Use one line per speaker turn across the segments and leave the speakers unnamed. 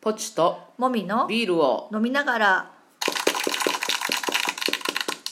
ポチと
もみの
ビールを
飲みながら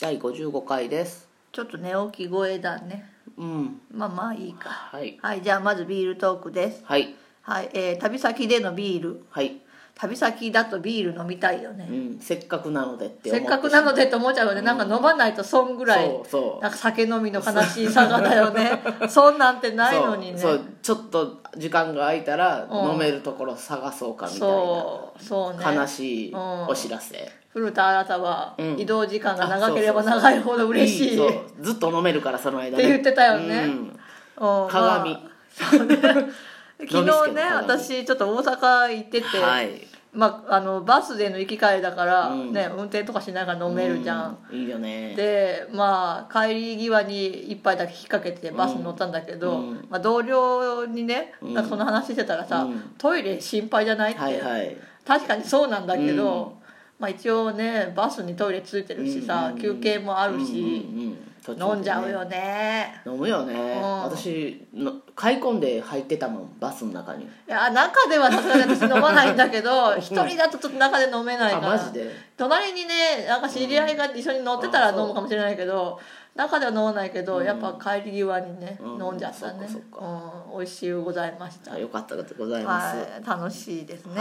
第55回です
ちょっと寝起き声だね
うん
まあまあいいか
はい
はいじゃあまずビールトークです
はい
はい、えー旅先でのビール
はい、
旅先だとビール飲みたいよ
う
ね
ん、せっかくなのでって思
せ
って
っかくなのでと思っちゃうよね、なんか飲まないと損ぐらい
そうそう
なんか酒飲みの悲しいさがだ よね損なんてないのにね
そうそうちょっと時間が空いたら
うん
飲めるところ探そうかみたい
そうそうね
な、悲しい
うん
お知らせ、
古田新太は
うん
移動時間が
あ
長ければ
そうそうそう
長いほど嬉しい、
そう
っ
ずっと飲めるからその間ね
て言ってたよね、
うん
うん
鏡、
まあそう
飲みつ
ね昨日
けの
ね
鏡
私ちょっと大阪行ってて、
はい
まあ、あのバスでの行き帰りだから、
うん
ね、運転とかしながら飲めるじゃん、
うんいいよね
でまあ帰り際に一杯だけ引っ掛けてバスに乗ったんだけど、
うん
まあ、同僚にねなんかその話してたら
う
さ、
ん
トイレ心配じゃないって、
はいはい
確かにそうなんだけど、まあ、一応ねバスにトイレついてるしさ、
うん
休憩もあるし、
うんうんうん途中でね
飲んじゃうよね
飲むよね、
ん
私の買い込んで入ってたもんバスの中に
いや中ではさすがに私飲まないんだけど一人だとちょっと中で飲めない
あ
から
マジで
隣にねなんか知り合いが一緒に乗ってたら飲むかもしれないけど、中では飲まないけど、やっぱ帰り際にね、
うん
飲んじゃったね
そっかそっ
うん、美味しゅうございました
あよかったでございます、
はい、楽しいですね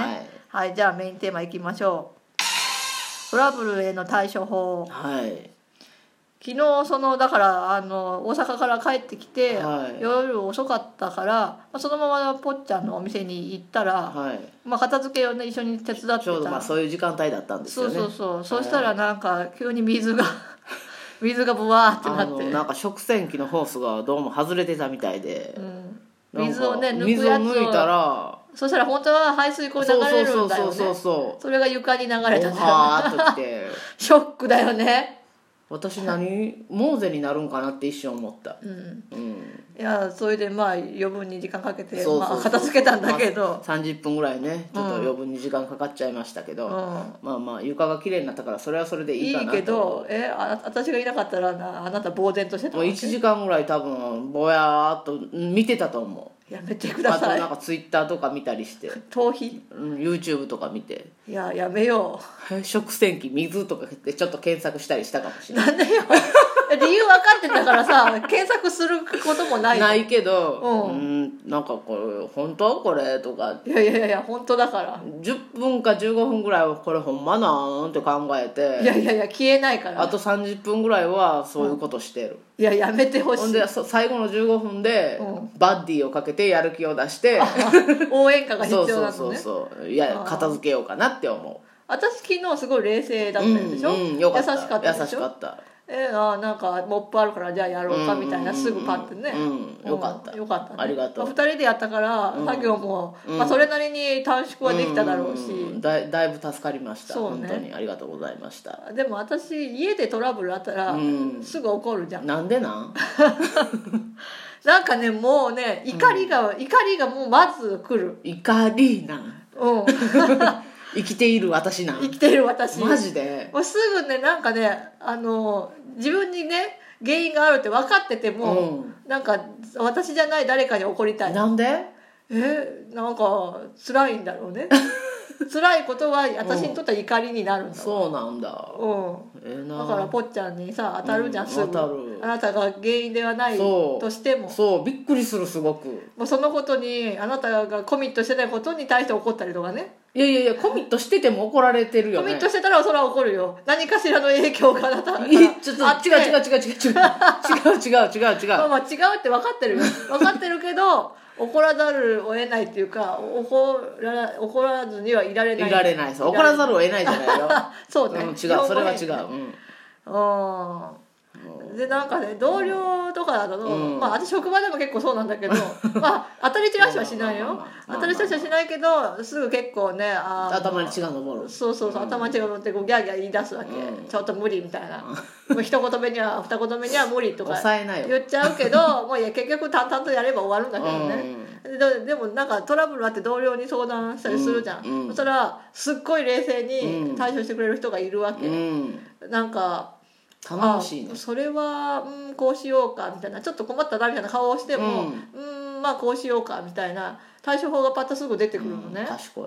は
はいい、じゃあメインテーマいきましょうトラブルへの対処法
はい
昨日そのだからあの大阪から帰ってきて、
はい
夜遅かったからまあそのままぽっちゃんのお店に行ったら、
はい
まあ、片付けをね一緒に手伝ってた
ちょうどまあそういう時間帯だったんです
そ
よ
う
ね
そうそう、そうしたらなんか急に水が 水がブワーってな
あ
っ
の
て
なんか食洗機のホースがどうも外れてたみたいで、
うん、
なんか
水をね抜く
水を
やつを
抜いたら
そしたら本当は排水溝
そう
に流
そ
れ
う
る
そ
ん
う
だ
そ
よ
うそう
ね
そ
それが床に流
う
れちゃった
はーっときて
ショックだよね
私何モーゼになるんかなって一瞬思った
うん
うん
いやそれでまあ余分に時間かけて
そうそうそう
まあ、片付けたんだけど、
30分ぐらいねちょっと
うん
余分に時間かかっちゃいましたけど、
うん
まあまあ床が綺麗になったからそれはそれでい
い
いかないと
けどえあ私がいなかったらなあなた呆然としてた
もう
わけ
1時間ぐらい多分ぼやーっと見てたと思
やめてく
うあ
だ
と
さい
なんかツイッターとか見たりして、
逃避
うん YouTube とか見て
いややめよ
「食洗機水」とかってちょっと検索したりしたかもし
う
れない
なんでよ 理由分かってんだからさ検索することもないじゃん
ないけど
う
うんなんかこれ本当これとか
いやいやいや本当だから
10分か15分ぐらいはこれほんまなんって考え
い
て
やいやいや消えないから
あと30分ぐらいはそういうことしてる、
いややめてほ
ほ
し
ん
い
でそ最後の15分で、
う
バッディをかけてやる気を出 して
応援歌が必
そ
要
うそ
な
うそ
の
う
ね
そういや
あー
片付けようかなって思
私昨日すごい冷静だ
う
っ
う
たんでしょ、
んうんよかった
優しかったでし
優しか
ょ
った
えー、あーなんかモップあるからじゃあやろうかみたいな、
うんうんうん
すぐパッてね、
うんよかった
うんよかったね、
ありがとう
まあ、2人でやったから、作業も、まあ、それなりに短縮はできただろうし、
んんんだいだいぶ助かりました、
そう
本
ね
当にありがとうございました
でも私家でトラブルあったら、
うん
すぐ怒るじゃん
なんでなん
なんかねもうね怒りが、怒りがもうまず来る
怒りなん
うん
生きている私なん
生きてる私
マジで
もうすぐねなんかねあの自分にね原因があるって分かってても、
うん
なんか私じゃない誰かに怒りたい
なんで
えなんか辛いんだろ うね辛いことは私にとっては怒りになるんだろ
そうなんだ
う、うん
ええな
だからぽっちゃんにさ当たるじゃん、
うん
すぐ
当たる
あなたが原因ではない
そう
としても
そうびっくりするすごく
もうそのことにあなたがコミットしてないことに対して怒ったりとかね
いやいやいやコミットしてても怒られてるよ
コ
ね
ミットしてたらそれは怒るよ何かしらの影響があなたから
いやちょっと
あって
違う違う違う違う違う違う違う違う違う
まあまあ違うって分か ってるよ分かってるけど怒らざるを得ないっていうか怒ら怒らずにはいら れない
いられないそう怒らざ
る
るを得ないじゃないよ、
そう
うん
ね、
違うそれは違
う
う、うん、
うんでなんかね同僚とかだと、
うん
まあ私職場でも結構そうなんだけどまあ当たり散らしはしない
まあ
よ
まあまあまあ
当たり散らしはしないけどすぐ結構ねあー
頭に血が上る
そうそうそう、頭血が乗ってこうギャーギャー言い出すわけ、
うん
ちょっと無理みたいな、もう一言目には二言目には無理とか
抑えなよ
言っちゃう けどもういや結局淡々とやれば終わるんだけどね、ででもなんかトラブルあって同僚に相談したりするじゃん、
うんうん
そしたらすっごい冷静
う
に
ん
対処してくれる人がいるわ
う
け、
ん、うん、
なんか
頼もしいね
あそれは、うん、こうしようかみたいなちょっと困ったなみたいな顔をしても、うんまあこうしようかみたいな対処法がパッとすぐ出てくるのね、
うん賢い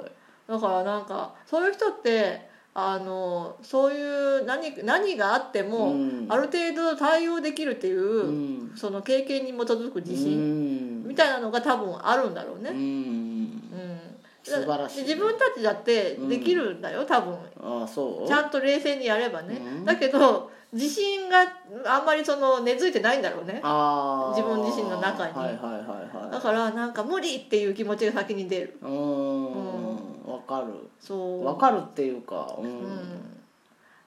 だからなんかそういう人ってあのそういう何何があっても、
うん
ある程度対応できるっていう、
うん
その経験に基づく自信
信
みたいなのが多分あるんだろうね。
うん
うん
素晴らしい
自分たちだってできるんだよ、多分
ああそう
ちゃんと冷静にやればね、
うん
だけど自信があんまりその根付いてないんだろうね
ああ
自分自身の中に
はいはいはいはい
だからなんか無理っていう気持ちが先に出る
うーんわかる
そう
わかるっていうかう
うんん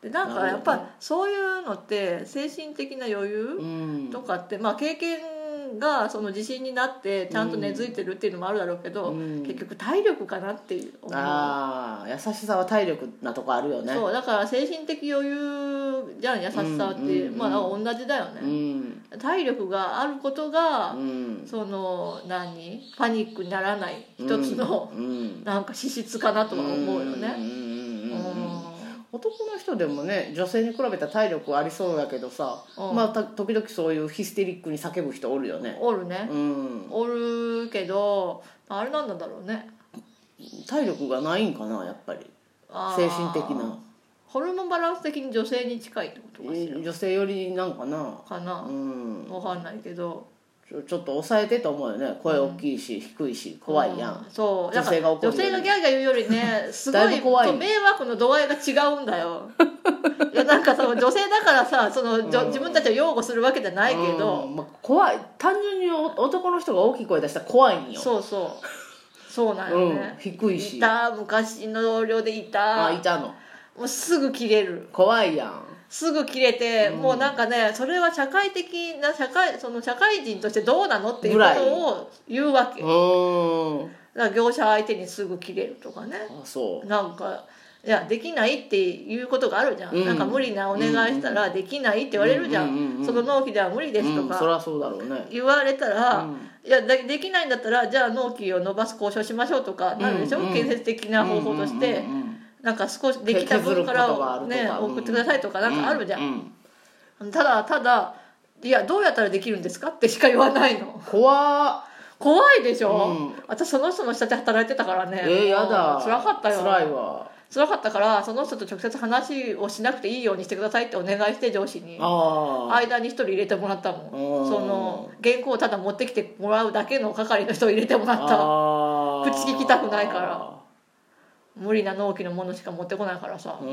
でなんか
なる
や
ほどね
っぱそういうのって精神的な余
う
裕
ん
とかって、まあ経験がその自信になってちゃんと根付いてるっていうのもあるだろうけど、
うん
結局体力かなっていう思う
ああ優しさは体力なとこあるよね
そうだから精神的余裕じゃん優しさって、
うんうん
まあなんか同じだよね、
うん
体力があることが、
うん
その何パニックにならない一つの、
うんうん
なんか資質かなとは思うよ
ん
ね。
うん
う
うんうんうん
ん
男の人でもね女性に比べたら体力ありそうだけどさ、
うん
まあた時々そういうヒステリックに叫ぶ人おるよね、
おるね、
うん、
おるけどあれなんだろうね
体力がないんかなやっぱり
あ
精
ー
神的な
ホルモンバランス的に女性に近いってことかし
女性よりなんかな
らか
う
な、
ん
わかんないけど
ちょちょっと抑えてと思うよね声大きいし、低いし怖いやん、
うんそうだか
女
ら
性が怒るより
女性がギャーギャー言うより ねすご
だい
い
ぶ怖い
そう迷惑の度合いが違うんだ よいやなんかその女性だからさその、じょ自分たちを擁護するわけじゃないけ
う
ど、
んまあ、怖い単純にお男の人が大きい声出したら怖いんよ
そうそうそうなんよ
うん
ね、、
低い
い
した
昔の同僚でいた
あいたの
もうすぐ切れる
怖いやん
すぐ切れて、もうなんかねそれは社会的な社会その社会人としてどうなのっていう
ぐ
こ
らい
とを言うわけ
う
だか
ーん
ら業者相手にすぐ切れるとかね
あそう
なんかいやできないっていうことがあるじゃん、
うん
なんか無理なお願いしたらできないって言われるじゃん,、
うんうんうんうん
その納期では無理ですと
うん、そり
か
ゃそうだろうね
言われたら、
うん
いやでできないんだったらじゃあ納期を伸ばす交渉しましょうとかなるでしょ、
うんうん
建設的な方法として、
うんうんうんうん
なんか少しできた分から
削ることがある
を、
と
ね、
か
送ってくださいとかなんかあるじゃん
う、ん
ただただ「いやどうやったらできるんですか?」ってしか言わないの
怖っ
怖いでしょ、
うん
私その人の下で働いてたからね
えー、やだ
つらかったよ
辛いわ
辛かったからその人と直接話をしなくていいようにしてくださいってお願いして上司に
ああ
間に一人入れてもらったもん
うん
その原稿をただ持ってきてもらうだけの係の人を入れてもらった
あー
口利きたくないから無理な納期のものしか持ってこないからさ
うー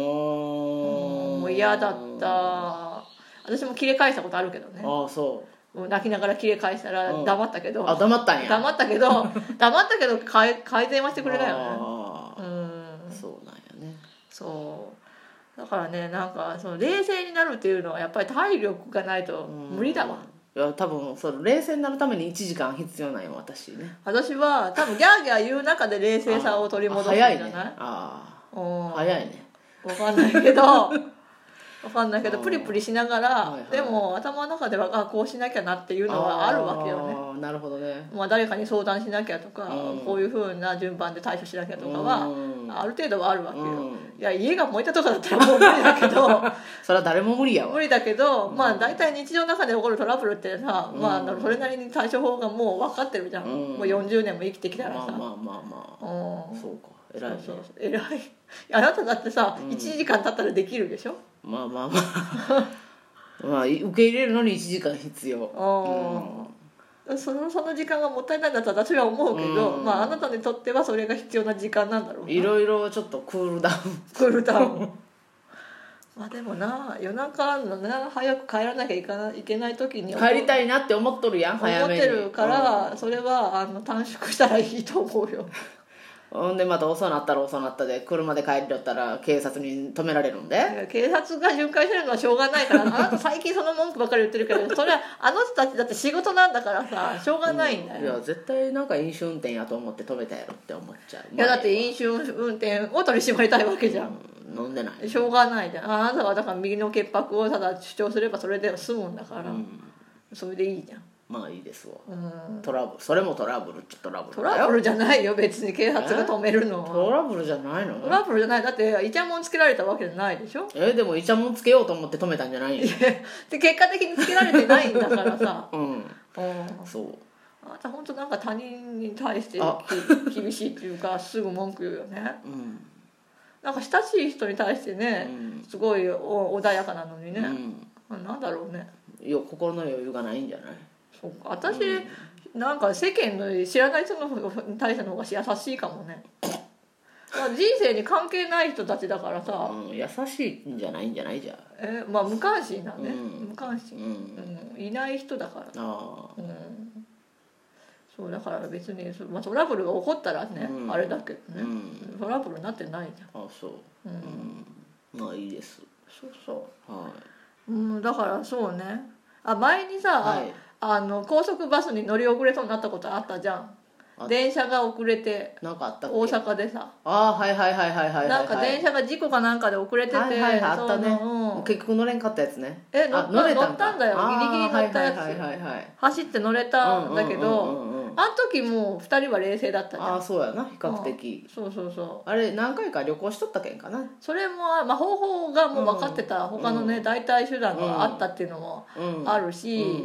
ん
もう嫌だった私も切れ返したことあるけどね
ああそう
うん泣きながら切れ返したら
うん
黙ったけど、
あ黙ったんや
黙ったけど黙ったけど改改善はしてくれないよね
あ
う
ー
ん
そうなんやね
そうだからねなんかその冷静になるっていうのはやっぱり体力がないと無理だわ、
いや多分その冷静になるために1時間必要なんよ私ね
私は多分ギャーギャー言う中で冷静さを取り戻すんじゃ
あ
な
早
い
いねあ
うん
あ早いね
わかんないけど わかんないけど
うん
プリプリしながら、
はいはい
でも頭の中ではあこうしなきゃなっていうのはあるわけよね
ねなるほどね
まあ、誰かに相談しなきゃとか、
うん
こういうふうな順番で対処しなきゃとかは、
うん
ある程度はあるわけよ、
うん
いや家が燃えたとかだったらもう無理だけど
それは誰も無理やわ
無理だけど、まあ大体日常の中で起こるトラブルってさ、
うん
まああの、それなりに対処法がもう分かってるじゃん、
うん
もう40年も生きてきたら
まあ
さ、
まあまあま
う
あ
ん
そうか偉いね
そうそう偉い あなただってさ、
うん
1時間経ったらできるでしょ
まあまあま あまあ受け入れるのに1時間必要
うんそのその時間がもったいないんだと私は思うけど、
うん
まああなたにとってはそれが必要な時間なんだろうない
ろいろちょっとクールダウン
クールダウ ンまあでもな夜中のな早く帰らなきゃいかないけない時に
帰り
い
たいなって思っとるやん
思
早
っ
め
て
に
るから、それはあの短縮したらいいと思うよ
うんほんでまた遅なったら遅なったで車で帰りよったら警察に止められるんで
警察が巡回してるのはしょうがないからあなた最近その文句ばっかり言ってるけ どそれはあの人たちだって仕事なんだからさしょうがないんだよ、
いや絶対なんか飲酒運転やと思って止めたやろって思っちゃう
いやだって飲酒運転を取り締まりたいわけじゃん、
うん飲んでない
しょうがないじゃんあなたはだから右の潔白をただ主張すればそれで済むんだから、
うん
それでいいじゃん
まあいいですわ
うん
トラブルそれもトラブルっちゃトラブル
ト
だよ
ラブルじゃないよ別に警察が止めるのは
トラブルじゃないの
トラブルじゃないだってイチャモンつけられたわけじゃないでしょ
えでもイチャモンつけようと思って止めたんじゃないんや、
で結果的につけられてないんだからさ
うん
うん、
そう
あなた本当なんか他人に対して
あ
き厳しいってい うかすぐ文句言うよね
うん
なんか親しい人に対して
う
ね
ん
すごいお穏やかなのに
う
ね、
ん
なんだろうね
よ心の余裕がないんじゃない
そうか私、
うん
なんか世間の知らない人の方に対しての方が優しいかも ねまあ人生に関係ない人たちだからさ、
うん、優しいんじゃないんじゃないじゃあ
えまあ無関心だね、
うん
無関
う
心、
ん
うん、いない人だから
あ
うんそうだから別にそ、まあ、トラブルが起こったらね、
うん
あれだけ
あ
ど
う
ね、
ん
トラブルになってないじ
あそう
ゃん、う
うんんまあいいです
そうそ
は
う、うん、だからそうねあ前にさ、
いはい
あの高速バスに乗り遅れそうになったことあったじゃ
あ
ん電車が遅れて
なんかあったっけ
大阪でさ
ああはいはいはいはいはいはい
なんか電車が事故かなんかで遅れてて、
はいはいはいあったね
その
結局乗れんかったやつね
え乗
あ
った乗
れ
ったんだよギリギリ乗ったやつ、
あーはいはいはいはいはい
走って乗れたんだけど、
うんうんうんうんうん
あの時もう2人は冷静だったじゃ
あ
ん
あそうやな比較的
そうそうそう
あれ何回か旅行しとったけんかな
それも、まあ、方法がもう分かってた、他のね代替手段があったっていうのも
うん
あ
る
るし、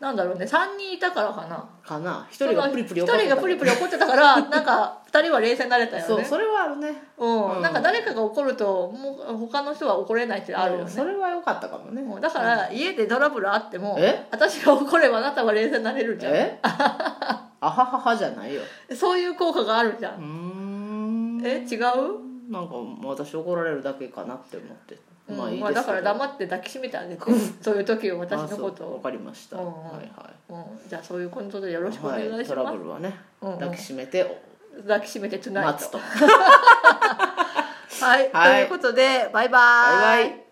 なんだろうね3人いたからかな
かな一人がプリプリ
一
怒って
人
た
がプリプリ怒って たからなんか2人は冷静になれたよね
そうそれはあるね
うん
うん
なんか誰かが怒るともう他の人は怒れないってあるよ
うん
ね、
それは良かったかもね
もうだから家でトラブルあっても
え
私が怒ればあなたは冷静になれるじゃん
えあはははじゃないよ
そういう効果があるじゃ
うー
ん、
ん
え違う、
なんか私怒られるだけかなって思って
うん
まあいいです
まあ、だから
けど
黙って抱きしめ てあげてそういう時を私のこと
あそうわ
を
かりました
う
は
ん
い
うん
はい
うん、じゃあそういうことでよろしくお願いします、
トラブルはね
うんうん
抱きしめて
抱きしめてつない
待つ
と
と
はい、
はい
ということでバイバ
バイバイ